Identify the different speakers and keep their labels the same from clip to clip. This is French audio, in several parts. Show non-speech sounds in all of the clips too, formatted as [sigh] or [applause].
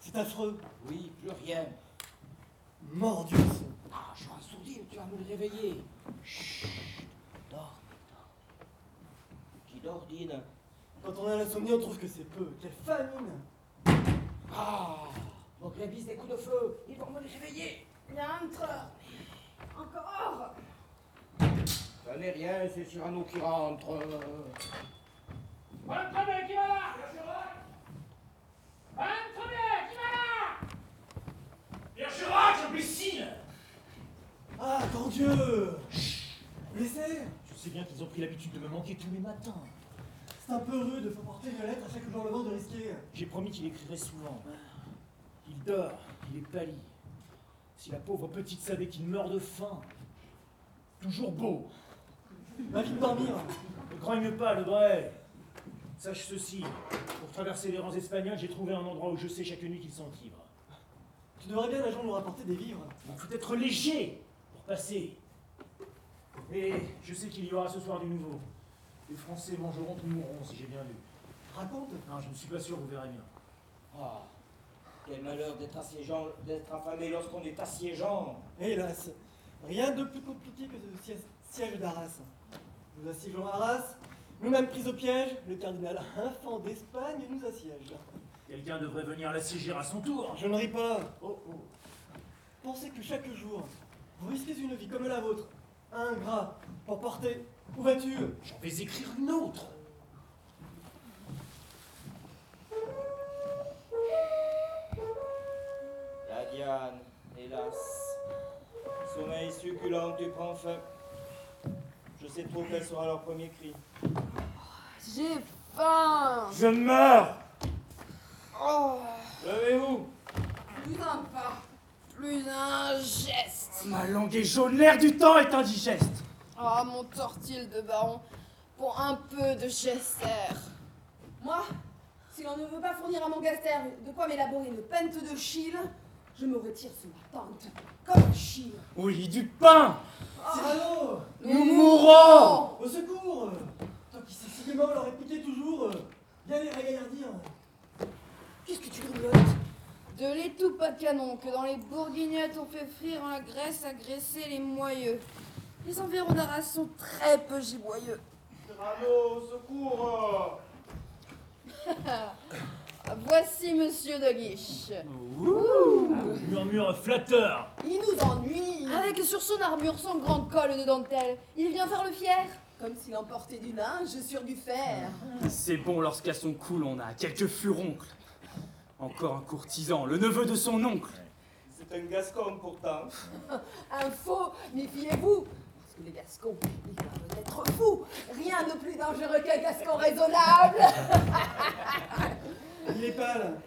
Speaker 1: C'est affreux.
Speaker 2: Oui, plus rien.
Speaker 1: Mordieu.
Speaker 2: Ah, je suis un sourd, tu vas me le réveiller. Chut, dors, Qui dort, Dine
Speaker 1: Quand on a l'insomnie, on trouve que c'est peu. Quelle famine
Speaker 2: Ah, mon grébis des coups de feu, ils vont me le réveiller.
Speaker 3: Rentre Encore
Speaker 2: Ça n'est rien, c'est Cyrano qui rentre.
Speaker 4: Voilà le premier qui va là Voilà le premier qui va là Bergerac, imbécile
Speaker 1: Ah, grand Dieu Laissez
Speaker 5: Je sais bien qu'ils ont pris l'habitude de me manquer tous les matins.
Speaker 1: C'est un peu rude de faire porter une lettre à chaque jour le vent de risquer.
Speaker 5: J'ai promis qu'il écrirait souvent. Il dort, il est pâli. Si la pauvre petite savait qu'il meurt de faim. Toujours beau.
Speaker 1: Va vite dormir.
Speaker 5: Ne grogne pas, le vrai. Sache ceci. Pour traverser les rangs espagnols, j'ai trouvé un endroit où je sais chaque nuit qu'ils s'enivrent.
Speaker 1: Tu devrais bien, agent, nous rapporter des vivres.
Speaker 5: Il faut être léger pour passer. Et je sais qu'il y aura ce soir du nouveau. Les Français mangeront ou mourront, si j'ai bien lu.
Speaker 1: Raconte.
Speaker 5: Non, je ne suis pas sûr, vous verrez bien.
Speaker 2: Ah, quel malheur d'être assiégeant, d'être affamé lorsqu'on est assiégeant.
Speaker 1: Hélas, rien de plus compliqué que ce siège- siège d'Arras. Nous assiégeons Arras, nous-mêmes pris au piège, le cardinal infant d'Espagne nous assiège.
Speaker 5: Quelqu'un devrait venir l'assiéger à son tour.
Speaker 1: Je ne ris pas.
Speaker 5: Oh, oh.
Speaker 1: Pensez que chaque jour, vous risquez une vie comme la vôtre. Ingrat, emporté, où vas-tu
Speaker 5: J'en vais écrire une autre.
Speaker 2: La Diane, hélas. Sommeil succulent du prends feu. Je sais trop quel sera leur premier cri.
Speaker 3: J'ai faim
Speaker 1: Je meurs
Speaker 3: Oh
Speaker 2: Levez-vous
Speaker 3: Plus un pas, plus un geste
Speaker 1: Ma langue est jaune, l'air du temps est indigeste
Speaker 3: Ah, mon tortil de baron, pour un peu de chester
Speaker 6: Moi, si l'on ne veut pas fournir à mon gaster de quoi m'élaborer une pente de chile, je me retire sous ma tente, comme chile.
Speaker 1: Oui, du pain Cyrano
Speaker 6: Nous
Speaker 1: mourrons Au secours Toi qui sais si gaiement leur répliquer toujours, euh, viens les regardir
Speaker 6: Qu'est-ce que tu grignotes
Speaker 3: De lait tout pas de canon que dans les bourguignottes on fait frire en la graisse à graisser les moyeux. Les environs d'Arras sont très peu giboyeux.
Speaker 2: Cyrano, secours
Speaker 3: [laughs] Voici monsieur de Guiche.
Speaker 5: Murmure flatteur.
Speaker 6: Il nous ennuie
Speaker 3: Avec sur son armure son grand col de dentelle. Il vient faire le fier.
Speaker 6: Comme s'il emportait du linge sur du fer.
Speaker 7: C'est bon lorsqu'à son cou on a quelques furoncles. Encore un courtisan, le neveu de son oncle.
Speaker 2: C'est un gascon pourtant.
Speaker 6: Un faux, méfiez-vous Parce que les gascons, ils peuvent être fous Rien de plus dangereux qu'un gascon raisonnable
Speaker 1: Il est pâle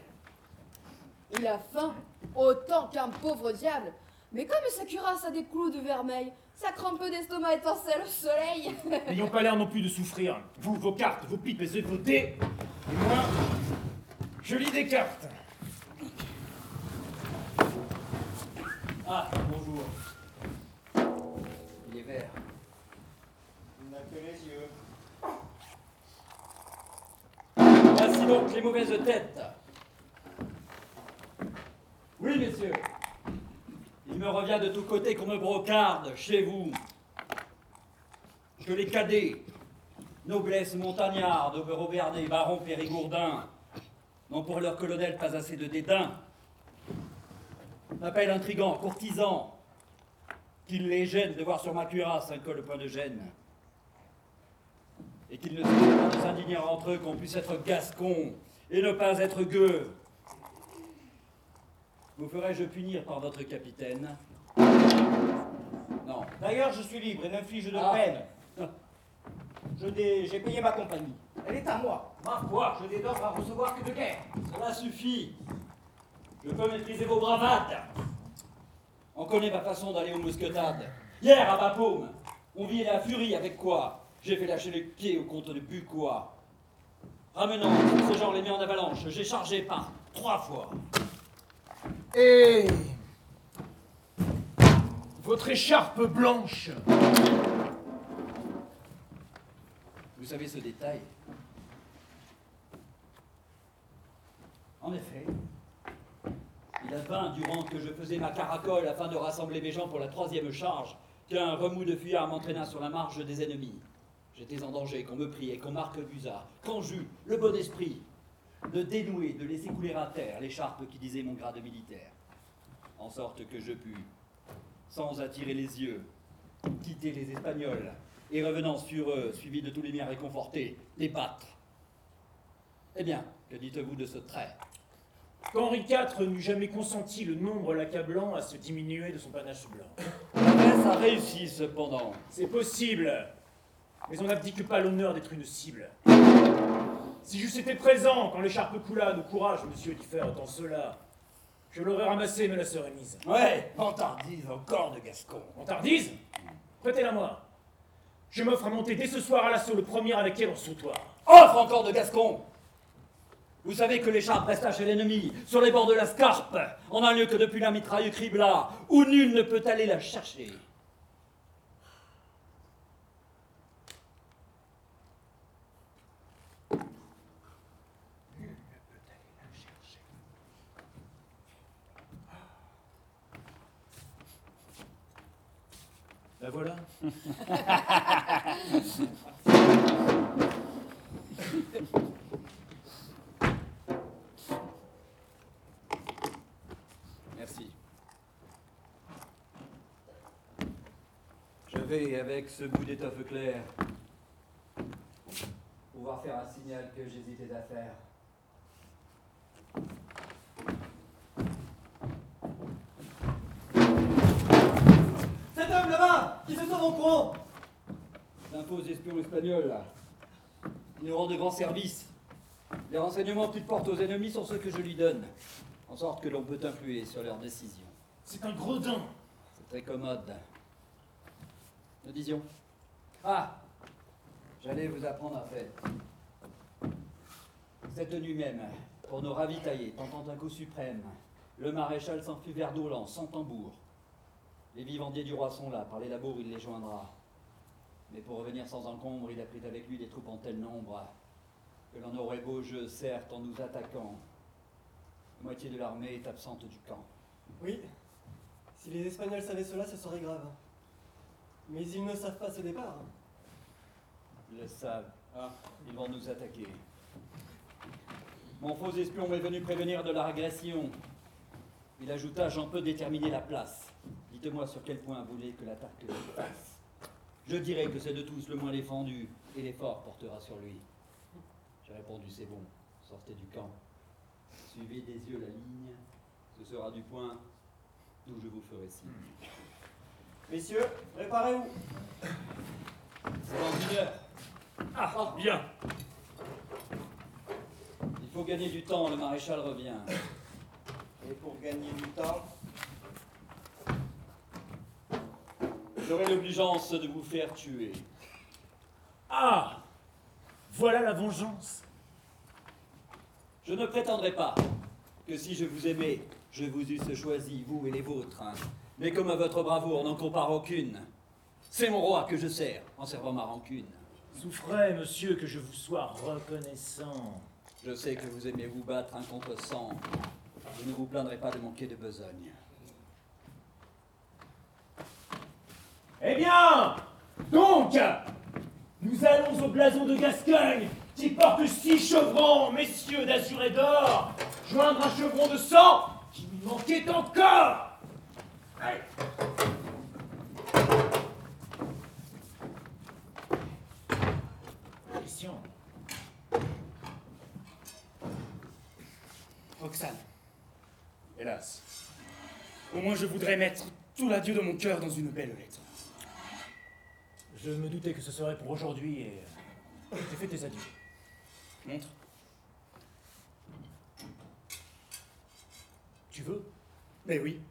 Speaker 3: Il a faim autant qu'un pauvre diable. Mais comme sa cuirasse a des clous de vermeil, sa crampe d'estomac étincelle au soleil.
Speaker 5: N'ayons pas l'air non plus de souffrir. Vous, vos cartes, vos pipes et vos dés. Et moi, je lis des cartes. Ah, bonjour.
Speaker 2: Il est vert. Il n'a que les yeux. Voici donc les mauvaises têtes. Oui, messieurs. Il me revient de tous côtés qu'on me brocarde chez vous. Que les cadets, noblesse montagnarde, Robert Baron Périgourdin, n'ont pour leur colonel pas assez de dédain. M'appelle intrigant, courtisan, qu'il les gêne de voir sur ma cuirasse un col point de gêne. Et qu'ils ne se pas de s'indigner entre eux qu'on puisse être gascon et ne pas être gueux. Vous ferai-je punir par votre capitaine Non. D'ailleurs, je suis libre et n'inflige de
Speaker 8: Ah.
Speaker 2: peine. Je n'ai- J'ai payé ma compagnie. Elle est à moi. Ma foi, je n'ai d'ordre à recevoir que de guerre. Cela suffit. Je peux maîtriser vos bravades. On connaît ma façon d'aller aux mousquetades. Hier, à ma paume, on vit la furie avec quoi J'ai fait lâcher le pied au comte de Bucois. Ramenant, ce genre les met en avalanche. J'ai chargé par trois fois.
Speaker 1: Eh.
Speaker 5: Et votre écharpe blanche.
Speaker 2: Vous savez ce détail En effet, Il advint, durant que je faisais ma caracole afin de rassembler mes gens pour la troisième charge, qu'un remous de fuyards m'entraîna sur la marge des ennemis. J'étais en danger, qu'on me priait, qu'on m'arquebusât, qu'on j'eus le bon esprit de dénouer, de laisser couler à terre l'écharpe qui disait mon grade militaire. En sorte que je pus, sans attirer les yeux, quitter les Espagnols et revenant sur eux, suivi de tous les miens réconfortés, débattre. Eh bien, que dites-vous de ce trait
Speaker 5: Qu'Henri IV n'eût jamais consenti le nombre l'accablant à se diminuer de son panache blanc.
Speaker 2: Mais ça réussit cependant.
Speaker 5: C'est possible, mais on n'abdique pas l'honneur d'être une cible. Si j'eusse été présent quand l'écharpe coula, nos courages, monsieur, d'y faire autant cela, je l'aurais ramassée et me la serais mise.
Speaker 2: Ouais, vantardise encore de Gascon.
Speaker 5: En tardise Prêtez-la moi. Je m'offre à monter dès ce soir à l'assaut, le premier avec elle en sautoir.
Speaker 2: Offre encore de Gascon Vous savez que l'écharpe resta chez l'ennemi, sur les bords de la Scarpe, en un lieu que depuis la mitraille cribla, où nul ne peut aller la chercher.
Speaker 5: La voilà.
Speaker 2: Merci. Je vais, avec ce bout d'étoffe claire, pouvoir faire un signal que j'hésitais à faire.
Speaker 1: Cet homme là-bas, qui se sauve en courant
Speaker 2: L'impôt aux espions espagnols, là. Ils nous rendent de grands services. Les renseignements qu'il porte aux ennemis sont ceux que je lui donne, en sorte que l'on peut influer sur leurs décisions.
Speaker 5: C'est un gros daim.
Speaker 2: C'est très commode. Nous disions. Ah J'allais vous apprendre à faire. Cette nuit même, pour nous ravitailler, tentant un coup suprême, le maréchal s'enfuit vers Doulan, sans tambour. Les vivandiers du roi sont là, par les labours il les joindra. Mais pour revenir sans encombre, il a pris avec lui des troupes en tel nombre que l'on aurait beau jeu, certes, en nous attaquant. La moitié de l'armée est absente du camp.
Speaker 1: Oui. Si les Espagnols savaient cela, ce serait grave. Mais ils ne savent pas ce départ.
Speaker 2: Ils le savent. hein. Ils vont nous attaquer. Mon faux espion m'est venu prévenir de leur agression. Il ajouta J'en peux déterminer la place. Dites-moi sur quel point vous voulez que l'attaque se fasse. Je dirai que c'est de tous le moins défendu, et l'effort portera sur lui. J'ai répondu C'est bon, sortez du camp. Suivez des yeux la ligne, ce sera du point d'où je vous ferai signe.
Speaker 1: Messieurs, préparez-vous.
Speaker 2: C'est dans une heure.
Speaker 5: Ah, bien.
Speaker 2: Il faut gagner du temps, le maréchal revient.
Speaker 1: Et pour gagner du temps,
Speaker 2: J'aurai l'obligeance de vous faire tuer.
Speaker 5: Ah Voilà la vengeance.
Speaker 2: Je ne prétendrai pas que si je vous aimais, je vous eusse choisi, vous et les vôtres. hein. Mais comme à votre bravoure n'en compare aucune, c'est mon roi que je sers en servant ma rancune.
Speaker 5: Souffrez, monsieur, que je vous sois reconnaissant.
Speaker 2: Je sais que vous aimez vous battre un contre cent. Je ne vous plaindrai pas de manquer de besogne.
Speaker 5: Eh bien Donc Nous allons au blason de Gascogne, qui porte six chevrons, messieurs d'azur et d'or, joindre un chevron de sang qui nous manquait encore Allez. Christian,
Speaker 7: Roxane,
Speaker 5: hélas.
Speaker 7: au moins je voudrais mettre tout l'adieu de mon cœur dans une belle lettre.
Speaker 5: Je me doutais que ce serait pour aujourd'hui et euh, j'ai fait tes adieux.
Speaker 7: Montre.
Speaker 5: Tu veux
Speaker 7: Mais oui.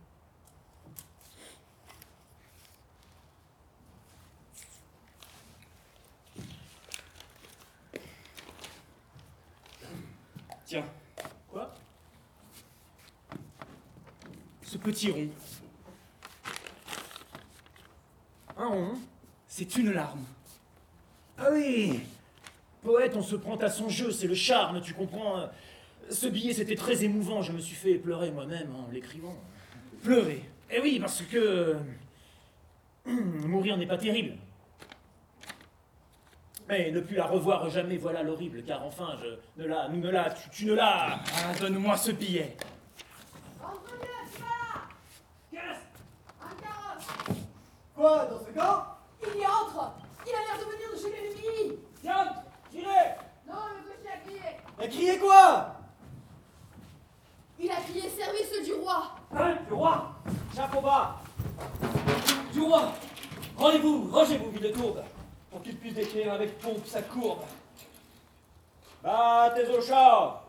Speaker 7: Tiens,
Speaker 5: Quoi
Speaker 7: ce petit rond,
Speaker 5: Un rond
Speaker 7: c'est une larme.
Speaker 5: Ah oui Poète, on se prend à son jeu, c'est le charme, tu comprends euh, Ce billet, c'était très émouvant. Je me suis fait pleurer moi-même en l'écrivant. Pleurer Eh oui, parce que. hum, [clears throat] Mourir n'est pas terrible. Mais ne plus la revoir jamais, voilà l'horrible, car enfin, je ne la, nous ne la, tu, tu ne la.
Speaker 7: Ah, donne-moi ce billet.
Speaker 6: Antonio, tu vas là Un carrosse
Speaker 1: Quoi, dans ce corps
Speaker 6: Il y entre Il a l'air de venir de chez les Lumini
Speaker 2: Tiens, tirez
Speaker 6: Non, le cocher a crié
Speaker 1: Elle criait quoi
Speaker 6: Il a crié service du roi
Speaker 2: Hein, du roi Chapeau bas Du roi Rendez-vous, rangez-vous, ville de tourbe, pour qu'il puisse décrire avec pompe sa courbe. Bah, tes au char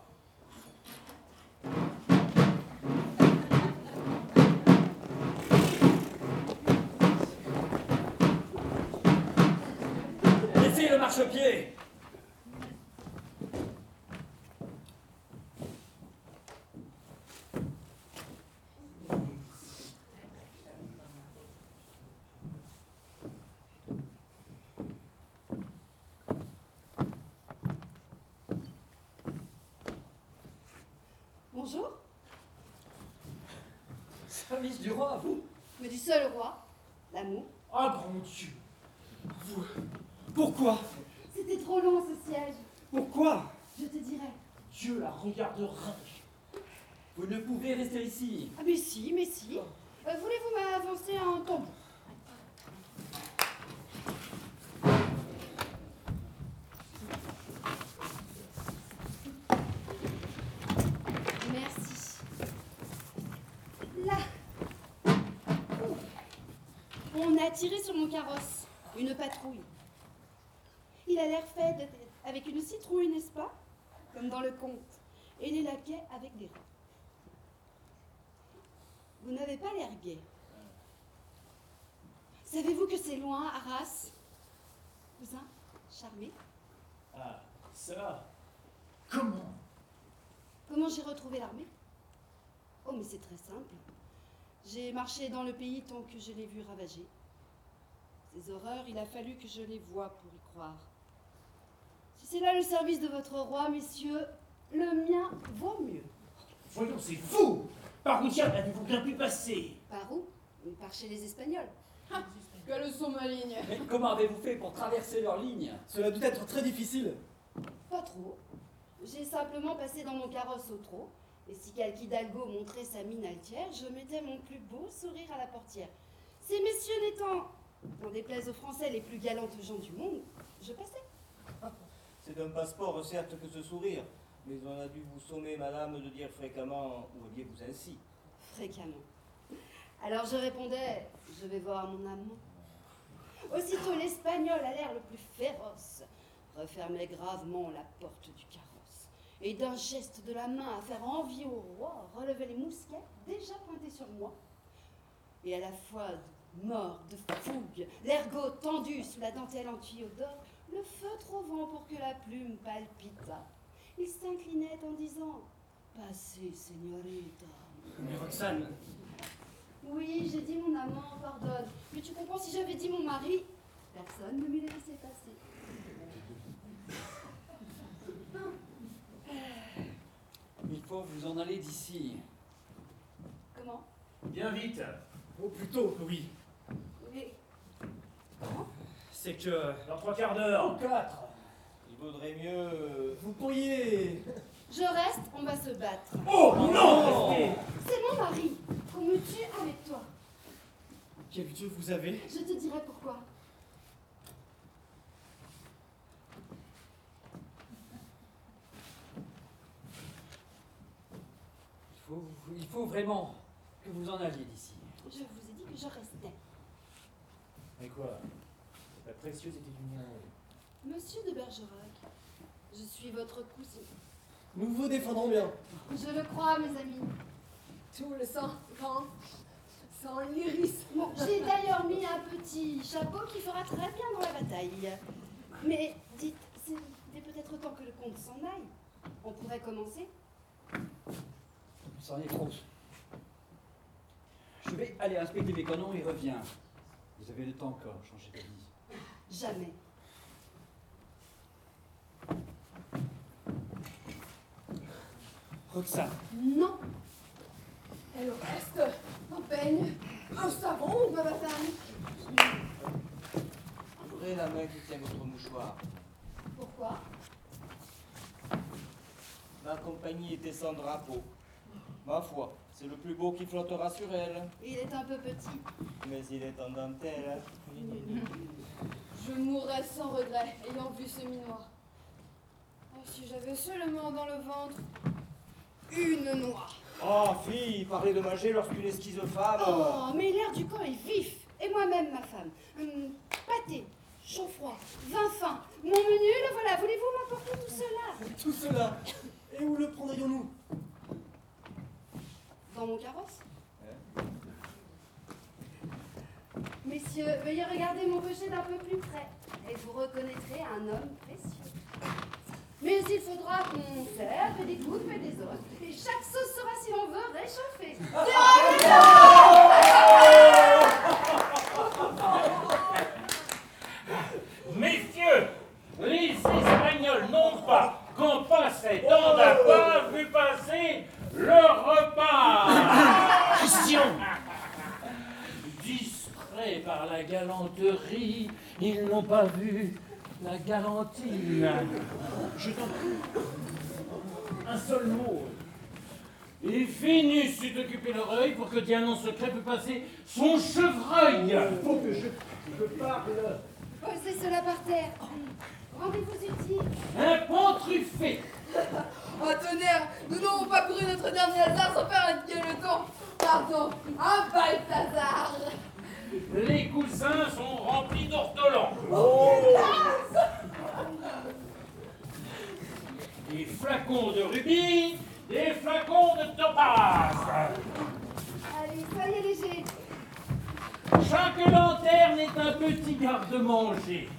Speaker 2: Laissez le marchepied
Speaker 3: Bonjour.
Speaker 2: Service du roi, à vous
Speaker 3: Me dit ça le roi L'amour
Speaker 2: Ah, grand Dieu
Speaker 1: Pourquoi
Speaker 6: C'était trop long ce siège,
Speaker 1: Pourquoi
Speaker 6: je te dirais.
Speaker 2: Dieu la regardera Vous ne pouvez rester ici
Speaker 3: Ah mais si, mais si. Euh, Voulez-vous m'avancer un tambour
Speaker 6: Merci. Là,
Speaker 3: On a tiré sur mon carrosse une patrouille. Il a l'air fait de- avec une citrouille, n'est-ce pas Comme dans le conte. Et les laquais avec des rats. Vous n'avez pas l'air gai. Savez-vous que c'est loin, Arras Cousin, charmé
Speaker 5: Ah, ça Comment
Speaker 3: Comment j'ai retrouvé l'armée Oh, mais c'est très simple. J'ai marché dans le pays tant que je l'ai vu ravagé. Ces horreurs, il a fallu que je les voie pour y croire. Si c'est là le service de votre roi, messieurs, le mien vaut mieux.
Speaker 5: Voyons, c'est vous Par où diable n'avez-vous bien pu passer
Speaker 3: Par où Par chez les Espagnols.
Speaker 6: quelle leçon maligne
Speaker 2: Mais comment avez-vous fait pour traverser leur ligne
Speaker 1: Cela doit être très difficile.
Speaker 3: Pas trop. J'ai simplement passé dans mon carrosse au trot, et si Calquidalgo montrait sa mine altière, je mettais mon plus beau sourire à la portière. Ces messieurs n'étant, n'en déplaise aux Français, les plus galantes gens du monde, je passais.
Speaker 8: C'est un passeport, certes, que ce sourire, mais on a dû vous sommer, madame, de dire fréquemment ou alliez-vous ainsi.
Speaker 3: fréquemment. Alors je répondais, je vais voir mon amant. Aussitôt l'Espagnol à l'air le plus féroce refermait gravement la porte du carrosse et d'un geste de la main à faire envie au roi relevait les mousquets déjà pointés sur moi. Et à la fois de mort, de fougue, l'ergot tendu sous la dentelle en tuyau d'or, le feutre au vent pour que la plume palpitât, il s'inclinait en disant « Passez, señorita ».
Speaker 7: Mais Roxane,
Speaker 3: Oui, j'ai dit mon amant, pardonne. Mais tu comprends, si j'avais dit mon mari, personne ne m'eût laissé passer.
Speaker 2: Il faut vous en aller d'ici.
Speaker 3: Comment
Speaker 5: Bien vite Ou Oh, plutôt, oui.
Speaker 3: Mais
Speaker 7: c'est que...
Speaker 5: Euh, Dans trois quarts d'heure
Speaker 1: Quatre.
Speaker 8: Il vaudrait mieux.
Speaker 1: euh, Vous pourriez.
Speaker 3: je reste, on va se battre.
Speaker 5: Oh non Restez
Speaker 3: C'est mon mari qu'on me tue avec toi.
Speaker 1: Quel Dieu vous avez
Speaker 3: Je te dirai pourquoi.
Speaker 2: Il faut, il faut vraiment que vous en alliez d'ici.
Speaker 3: Je vous ai dit que je restais.
Speaker 5: Mais quoi La précieuse était une mienne.
Speaker 3: Monsieur de Bergerac, je suis votre cousin.
Speaker 1: Nous vous défendrons bien.
Speaker 3: Je le crois, mes amis.
Speaker 6: Tout le sang quand sans l'iris.
Speaker 3: Bon, j'ai d'ailleurs mis un petit chapeau qui fera très bien dans la bataille. Mais dites, c'est peut-être temps que le comte s'en aille. On pourrait commencer
Speaker 2: C'en est trop. Je vais aller inspecter mes canons et reviens. Vous avez le temps encore, de changer d'avis.
Speaker 3: Jamais.
Speaker 1: Roxane.
Speaker 6: Non. Elle reste un peigne, un savon ou ma bataille.
Speaker 8: Ouvrez la main qui tient votre mouchoir.
Speaker 6: Pourquoi
Speaker 8: Ma compagnie était sans drapeau. Ma foi, c'est le plus beau qui flottera sur elle.
Speaker 3: Il est un peu petit.
Speaker 8: Mais il est en dentelle.
Speaker 6: Je mourrais sans regret, ayant vu ce minois. Oh, si j'avais seulement dans le ventre une noix.
Speaker 8: Oh,
Speaker 1: Ah,
Speaker 8: fille, parler de manger lorsqu'une esquisse femme.
Speaker 3: Oh, mais l'air du camp est vif. Et moi-même, ma femme. Hum, pâté, chaud froid, vin fin. Mon menu, le voilà. Voulez-vous m'apporter tout cela
Speaker 1: Tout cela, et où le prendrions-nous
Speaker 3: Dans mon carrosse Messieurs, veuillez regarder mon cocher d'un peu plus près et vous reconnaîtrez un homme précieux. Mais il faudra qu'on serve des gouttes et des autres, et chaque sauce sera, si l'on veut, réchauffée.
Speaker 5: Messieurs, les Espagnols n'ont pas, quand passait dans la pas, vu passer leur repas. [laughs] Christian Distrait par la galanterie, ils n'ont pas vu la galantine. Je t'en prie, un seul mot. Et Vénus sut occuper l'oreille pour que d'un nom secret peut passer son chevreuil. Faut que je, je parle.
Speaker 3: Posez cela par terre. Rendez-vous utile.
Speaker 5: Un pan truffé
Speaker 6: Oh tonnerre, nous n'aurons pas couru notre dernier hasard sans faire un gueuleton. Pardon, un Balthazar.
Speaker 5: Les coussins sont remplis d'ortolans. Des flacons de rubis, des flacons de topaz.
Speaker 3: Allez, soyez léger.
Speaker 5: Chaque lanterne est un petit garde-manger.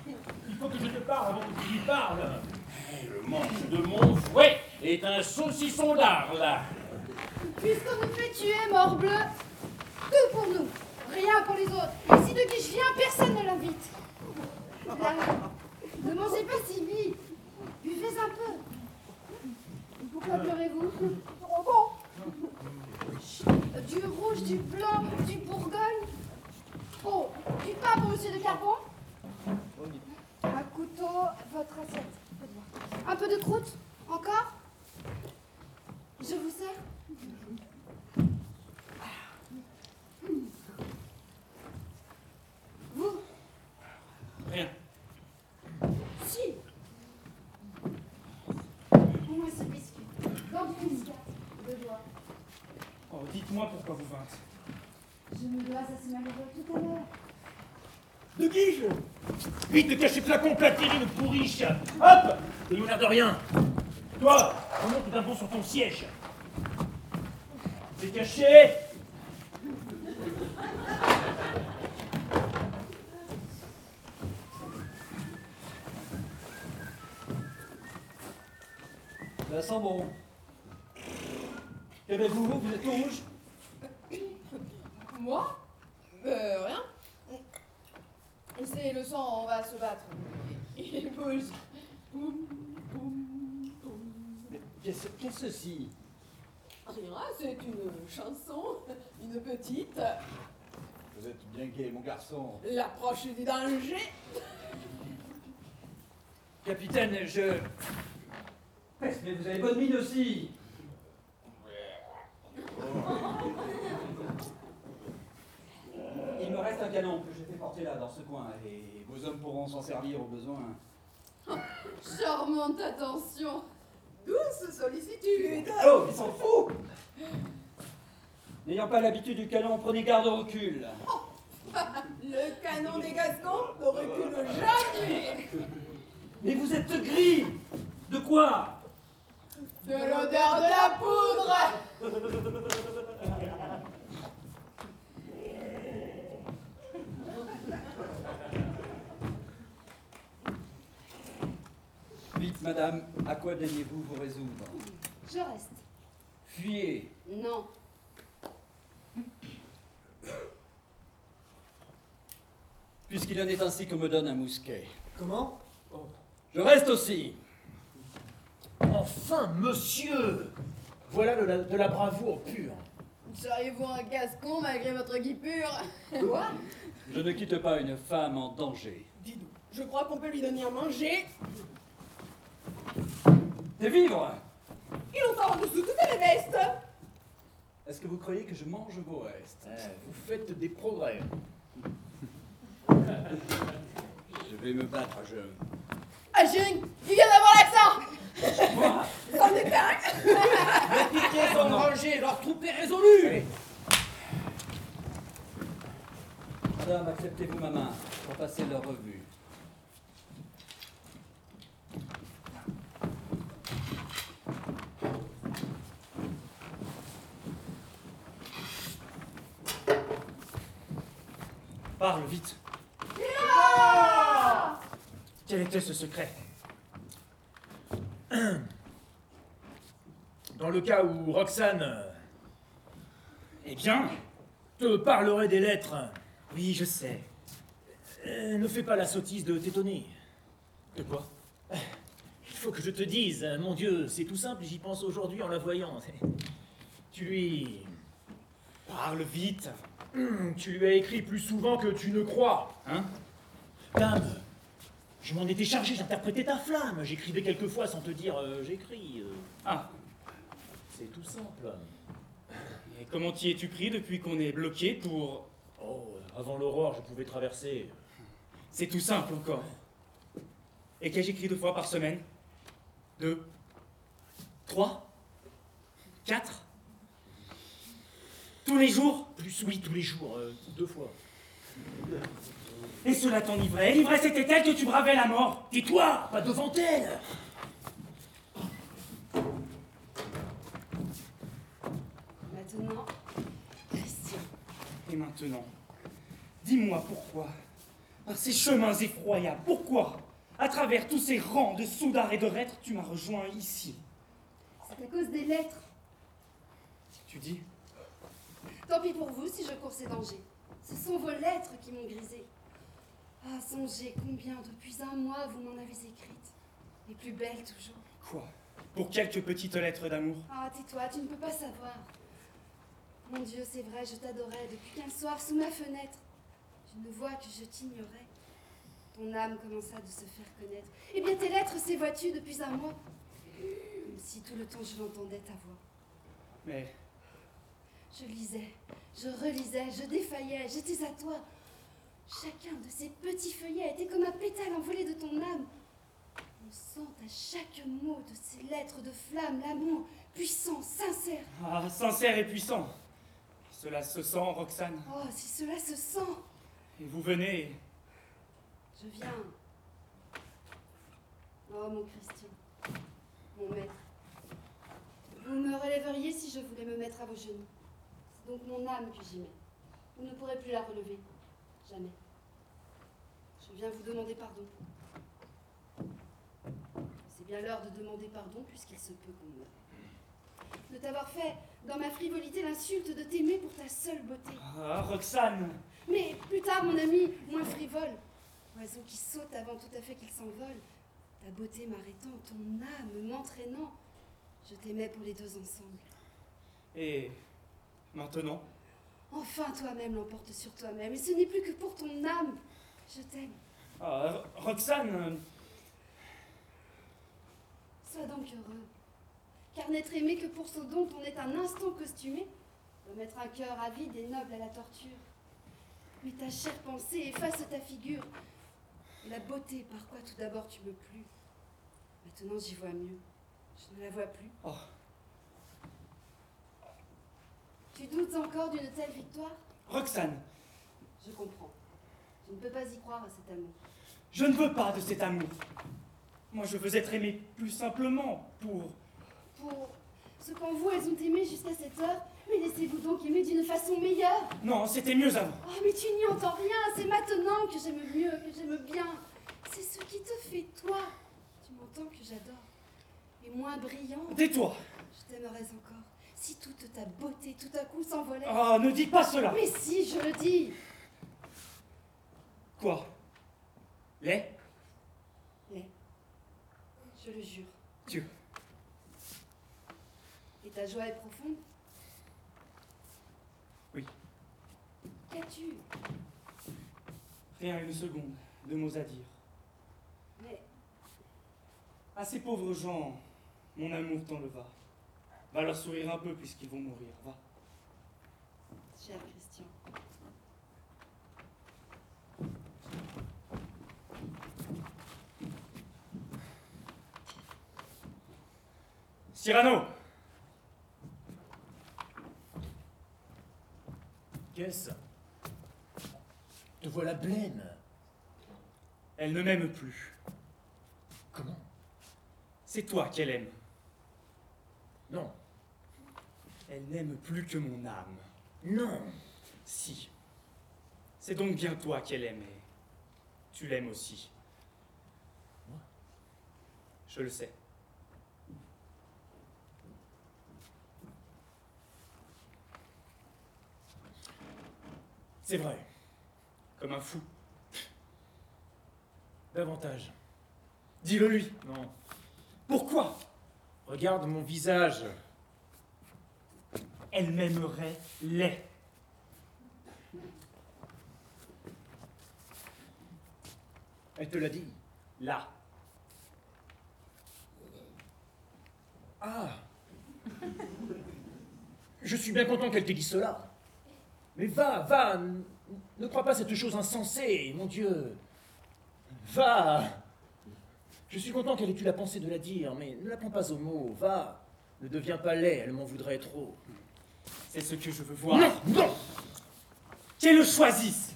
Speaker 5: Il faut que je te parle avant que tu lui parles. Et Le manche de mon fouet est un saucisson d'arles.
Speaker 3: Puisqu'on nous fait tuer, mort bleu, tout pour nous, rien pour les autres. Et si de qui je viens, personne ne l'invite. Là, ne mangez pas si vite. Buvez un peu. Pourquoi pleurez-vous Oh bon. Chut, Du rouge, du blanc, du bourgogne. Oh, du pain pour monsieur de Carbon Ah, Un couteau, votre assiette. Un peu de croûte Encore Je vous sers Vous
Speaker 5: Rien.
Speaker 3: Si Au moins ce biscuit. Dans du biscuit. Deux doigts.
Speaker 7: Oh, dites-moi pourquoi vous vîntes.
Speaker 3: Je me dois à ce malheureux tout à l'heure.
Speaker 1: De Guige
Speaker 5: Vite, cache ces flacons, platine, le pourriche Hop Et nous l'air de rien Toi, remonte d'un bond sur ton siège C'est caché
Speaker 2: Ça sent bon. Qu'avez-vous Eh ben, Vous êtes tout rouge
Speaker 6: Moi Euh, rien. Et c'est le sang, on va se battre. Il bouge.
Speaker 2: Qu'est-ce qu'est-ce ceci
Speaker 6: Rien, c'est une chanson, une petite.
Speaker 8: Vous êtes bien gai, mon garçon.
Speaker 6: L'approche du danger.
Speaker 2: Capitaine, je. Peste, mais vous avez bonne
Speaker 8: [laughs]
Speaker 2: mine aussi Il me reste un canon que j'ai fait porter là, dans ce coin, et vos hommes pourront s'en servir au besoin.
Speaker 6: Charmante attention. Douce sollicitude.
Speaker 2: Oh, ils s'en foutent N'ayant pas l'habitude du canon, prenez garde au recul.
Speaker 6: Le canon des Gascons ne recule jamais.
Speaker 2: Mais vous êtes gris De quoi
Speaker 6: De l'odeur de la poudre.
Speaker 2: Vite, madame, à quoi daignez-vous vous résoudre
Speaker 3: Je reste.
Speaker 2: Fuyez
Speaker 3: Non.
Speaker 2: Puisqu'il en est ainsi qu'on me donne un mousquet.
Speaker 1: Comment
Speaker 2: Je reste aussi.
Speaker 5: Enfin, monsieur Voilà de la, de la bravoure pure.
Speaker 9: Seriez-vous un gascon malgré votre guipure
Speaker 2: Quoi Je ne quitte pas une femme en danger.
Speaker 10: Dis-nous, je crois qu'on peut lui donner à manger.
Speaker 2: Des vivres
Speaker 10: Ils ont en dessous toutes les vestes
Speaker 2: Est-ce que vous croyez que je mange vos restes
Speaker 5: Eh, Vous faites des progrès.
Speaker 2: [laughs] Je vais me battre, je...
Speaker 9: Ah, Jung, il vient d'avoir l'accent Sans
Speaker 11: Les piquets sont rangés, leur troupe est résolue
Speaker 2: Madame, acceptez-vous ma main pour passer leur revue.
Speaker 7: Parle vite. Quel était ce secret
Speaker 5: [clears throat] Dans le cas où Roxane. euh, Eh bien Te parlerait des lettres. Oui, je sais. Euh, ne fais pas la sottise de t'étonner. De quoi Il faut que je te dise, euh, mon Dieu, c'est tout simple, j'y pense aujourd'hui en la voyant. Tu lui. Parle vite Tu lui as écrit plus souvent que tu ne crois. Hein Dame Je m'en étais chargé, j'interprétais ta flamme. J'écrivais quelquefois sans te dire euh, j'écris. Ah C'est tout simple.
Speaker 7: Et comment t'y es-tu pris depuis qu'on est bloqué pour...
Speaker 5: Oh, avant l'aurore, je pouvais traverser.
Speaker 7: C'est tout simple encore. Et qu'ai-je écrit deux fois par semaine Deux Trois Quatre Tous les jours
Speaker 5: Plus oui, tous les jours, euh, deux fois.
Speaker 7: Et cela t'enivrait. Et L'ivresse était telle que tu bravais la mort.
Speaker 5: Tais-toi Ah, Pas devant elle
Speaker 3: Maintenant, Christian,
Speaker 7: Et maintenant, dis-moi pourquoi, par ces chemins effroyables, pourquoi, à travers tous ces rangs de soudards et de reîtres, tu m'as rejoint ici
Speaker 3: c'est à cause des lettres.
Speaker 7: Tu dis
Speaker 3: Tant pis pour vous si je cours ces dangers. Ce sont vos lettres qui m'ont grisé. Ah, songez combien depuis un mois vous m'en avez écrites. Les plus belles toujours.
Speaker 7: quoi Pour quelques petites lettres d'amour
Speaker 3: Ah, tais-toi, tu ne peux pas savoir. Mon Dieu, c'est vrai, je t'adorais depuis qu'un soir sous ma fenêtre. Je ne vois que je t'ignorais. Ton âme commença de se faire connaître. Eh bien, tes lettres s'évoient-tu depuis un mois Comme si tout le temps je l'entendais ta voix.
Speaker 7: Mais
Speaker 3: Je lisais, je relisais, je défaillais, j'étais à toi. Chacun de ces petits feuillets était comme un pétale envolé de ton âme. On sent à chaque mot de ces lettres de flamme l'amour puissant, sincère.
Speaker 7: ah, sincère et puissant. Cela se sent, Roxane.
Speaker 3: Oh, si cela se sent
Speaker 7: Et vous venez.
Speaker 3: Je viens. Oh, mon Christian, mon maître. Vous me relèveriez si je voulais me mettre à vos genoux. C'est donc mon âme que j'y mets. Vous ne pourrez plus la relever. Jamais. Je viens vous demander pardon. C'est bien l'heure de demander pardon puisqu'il se peut qu'on meure. De t'avoir fait, dans ma frivolité, l'insulte de t'aimer pour ta seule beauté.
Speaker 7: Ah, Roxane
Speaker 3: Mais plus tard, mon ami, moins frivole, oiseau qui saute avant tout à fait qu'il s'envole, ta beauté m'arrêtant, ton âme m'entraînant, je t'aimais pour les deux ensemble.
Speaker 7: Et maintenant
Speaker 3: Enfin, toi-même l'emporte sur toi-même, et ce n'est plus que pour ton âme. Je t'aime.
Speaker 7: Ah, Ro- Roxane
Speaker 3: Sois donc heureux. Car n'être aimé que pour ce dont on est un instant costumé, doit mettre un cœur avide et noble à la torture. Mais ta chère pensée efface ta figure, la beauté par quoi tout d'abord tu me plus. Maintenant j'y vois mieux, je ne la vois plus.
Speaker 7: Oh.
Speaker 3: Tu doutes encore d'une telle victoire
Speaker 7: Roxane
Speaker 3: Je comprends. Je ne peux pas y croire à cet amour.
Speaker 7: Je ne veux pas de cet amour. Moi, je veux être aimé plus simplement pour.
Speaker 3: Pour ce qu'en vous elles ont aimé jusqu'à cette heure, mais laissez-vous donc aimer d'une façon meilleure.
Speaker 7: Non, c'était mieux avant.
Speaker 3: Oh, mais tu n'y entends rien, c'est maintenant que j'aime mieux, que j'aime bien. C'est ce qui te fait toi. Tu m'entends que j'adore. Et moins brillant.
Speaker 7: Tais-toi.
Speaker 3: Je t'aimerais encore. Si toute ta beauté tout à coup s'envolait.
Speaker 7: Ah, ne dis pas cela.
Speaker 3: Mais si, je le dis.
Speaker 7: Quoi Les
Speaker 3: Mais, je le jure.
Speaker 7: Dieu.
Speaker 3: Et ta joie est profonde
Speaker 7: Oui.
Speaker 3: Qu'as-tu
Speaker 7: Rien une seconde de mots à dire.
Speaker 3: Mais
Speaker 7: À ces pauvres gens, mon amour t'enleva. Va leur sourire un peu puisqu'ils vont mourir, va.
Speaker 3: Cher Christian.
Speaker 7: Cyrano
Speaker 5: Qu'est-ce Te voilà blême.
Speaker 7: Elle ne m'aime plus.
Speaker 5: Comment
Speaker 7: C'est toi qu'elle aime.
Speaker 5: Non.
Speaker 7: Elle n'aime plus que mon âme.
Speaker 5: Non.
Speaker 7: Si. C'est donc bien toi qu'elle aime et tu l'aimes aussi.
Speaker 5: Moi
Speaker 7: Je le sais.
Speaker 5: C'est vrai.
Speaker 7: Comme un fou.
Speaker 5: Davantage.
Speaker 7: Dis-le lui.
Speaker 5: Non.
Speaker 7: Pourquoi
Speaker 5: Regarde mon visage.
Speaker 7: Elle m'aimerait laid.
Speaker 5: Elle te l'a dit.
Speaker 7: Là.
Speaker 5: Ah Je suis bien content qu'elle t'ait dit cela. Mais va, va, n- ne crois pas cette chose insensée, mon Dieu. Va Je suis content qu'elle ait eu la pensée de la dire, mais ne la prends pas au mot, va. Ne deviens pas laid, elle m'en voudrait trop.
Speaker 7: C'est ce que je veux voir.
Speaker 5: Non, non,
Speaker 7: Qu'elle le choisisse.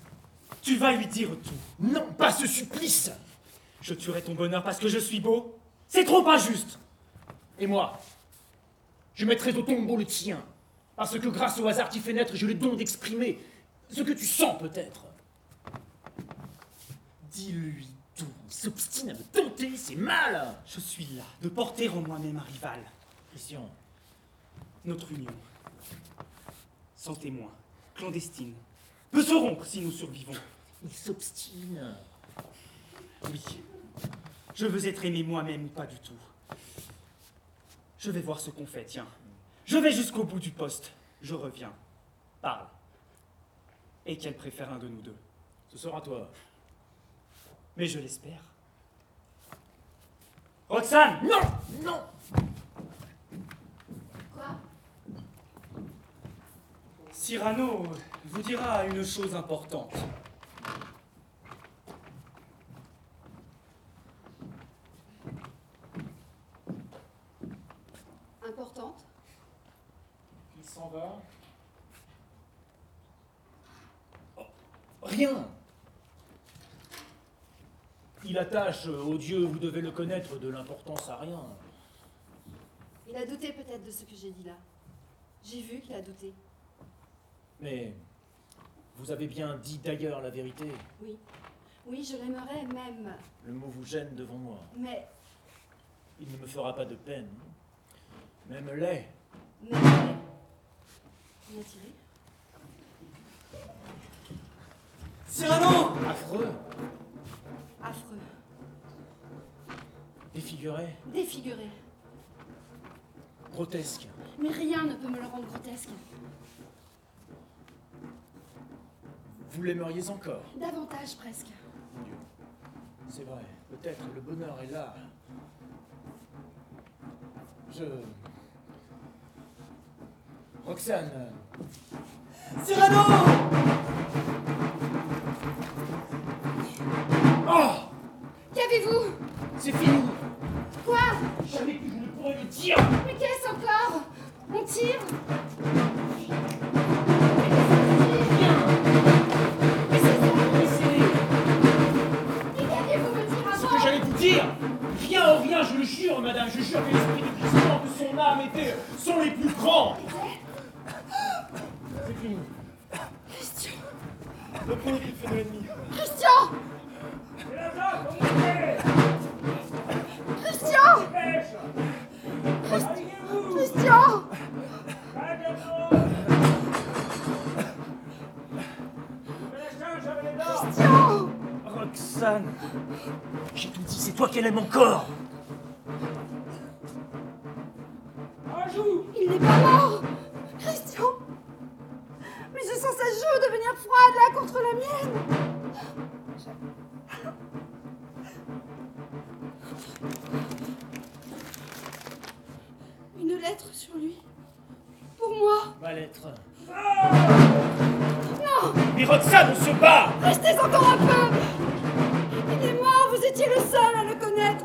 Speaker 7: Tu vas lui dire tout.
Speaker 5: non, pas ce supplice
Speaker 7: Je tuerai ton bonheur parce que je suis beau. C'est trop injuste.
Speaker 5: Et moi Je mettrai au tombeau le tien, parce que grâce au hasard qui fait naître, j'ai le don d'exprimer ce que tu sens peut-être.
Speaker 7: Dis-lui tout.
Speaker 5: Il s'obstine à me tenter, c'est mal
Speaker 7: Je suis là de porter en moi-même un rival.
Speaker 5: Christian,
Speaker 7: Notre union, sans témoin, clandestine, peut se rompre si nous survivons.
Speaker 5: il s'obstine.
Speaker 7: Oui, je veux être aimé moi-même ou pas du tout. Je vais voir ce qu'on fait, tiens. Je vais jusqu'au bout du poste. Je reviens. Parle. Et qu'elle préfère un de nous deux.
Speaker 5: Ce sera toi.
Speaker 7: Mais je l'espère. Roxane
Speaker 5: Non Non
Speaker 3: Quoi
Speaker 7: Cyrano vous dira une chose importante.
Speaker 3: Importante
Speaker 5: Il s'en va. Oh, Rien Il attache euh, au Dieu, vous devez le connaître, de l'importance à rien.
Speaker 3: Il a douté peut-être de ce que j'ai dit là. J'ai vu qu'il a douté.
Speaker 5: Mais vous avez bien dit d'ailleurs la vérité.
Speaker 3: Oui. Oui, je l'aimerais même.
Speaker 5: Le mot vous gêne devant moi.
Speaker 3: Mais,
Speaker 5: Il ne me fera pas de peine. Même laid.
Speaker 3: mais. On a tiré
Speaker 12: Cyrano
Speaker 5: Affreux,
Speaker 3: Affreux.
Speaker 5: défiguré,
Speaker 3: Défiguré.
Speaker 5: grotesque.
Speaker 3: Mais rien ne peut me le rendre grotesque.
Speaker 5: Vous l'aimeriez encore.
Speaker 3: Davantage presque.
Speaker 5: C'est vrai, peut-être le bonheur est là. Je. Roxane, euh,
Speaker 12: Cyrano
Speaker 4: Qu'avez-vous
Speaker 5: c'est fini
Speaker 4: Quoi
Speaker 5: Jamais plus je ne pourrais le dire
Speaker 4: Mais qu'est-ce encore On tire Mais qu'allez-vous me dire
Speaker 5: Ce que j'allais vous dire Rien, rien, je le jure, madame, je jure que l'esprit de Christian, que son âme était, sont les plus grands C'est fini.
Speaker 4: Christian
Speaker 12: Le premier qui fait de l'ennemi.
Speaker 4: Christian Christian Christian Christian
Speaker 5: Roxane J'ai tout dit, c'est toi qu'elle aime encore
Speaker 4: Il
Speaker 13: n'est pas mort Christian Mais je sens sa joue devenir froide là contre la mienne
Speaker 3: Une lettre sur lui. Pour moi.
Speaker 5: Ma lettre.
Speaker 3: Non
Speaker 5: Mais Roxane, on se bat
Speaker 13: Restez encore un peu Il est mort, vous étiez le seul à le connaître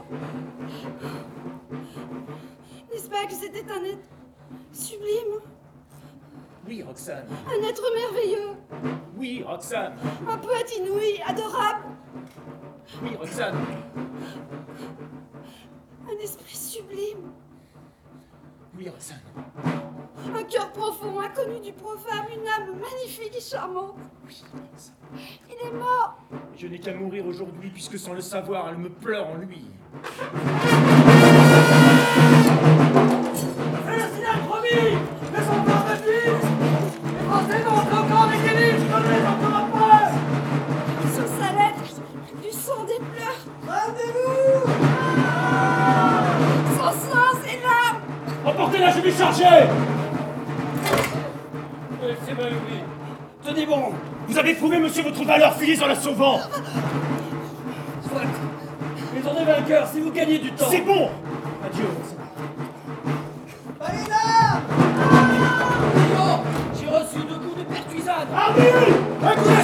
Speaker 3: N'est-ce pas que c'était un être sublime
Speaker 5: Oui, Roxane.
Speaker 3: Un être merveilleux
Speaker 5: Oui, Roxane.
Speaker 3: Un poète inouï, adorable
Speaker 5: Oui, Roxane.
Speaker 3: Un esprit sublime
Speaker 5: Oui, Roxane.
Speaker 3: Un cœur profond, inconnu du profane, une âme magnifique et charmante Il est mort
Speaker 5: Je n'ai qu'à mourir aujourd'hui, puisque sans le savoir, elle me pleure en lui.
Speaker 14: C'est le signal promis Les enfants de fils Les Français vont entrer encore avec des livres comme les enfants après
Speaker 3: Sur sa lettre, du sang des pleurs
Speaker 14: Rendez-vous
Speaker 3: Son sang, ses larmes
Speaker 15: Emportez-la, je vais charger
Speaker 16: C'est mal oublié.
Speaker 15: Tenez bon Vous avez prouvé, monsieur, votre valeur, filez en la sauvant
Speaker 16: Soit. Mais on est vainqueur si vous gagnez du temps.
Speaker 15: C'est bon
Speaker 16: Adieu.
Speaker 14: Valida
Speaker 16: J'ai reçu deux coups de pertuisade. Ah oui Un coup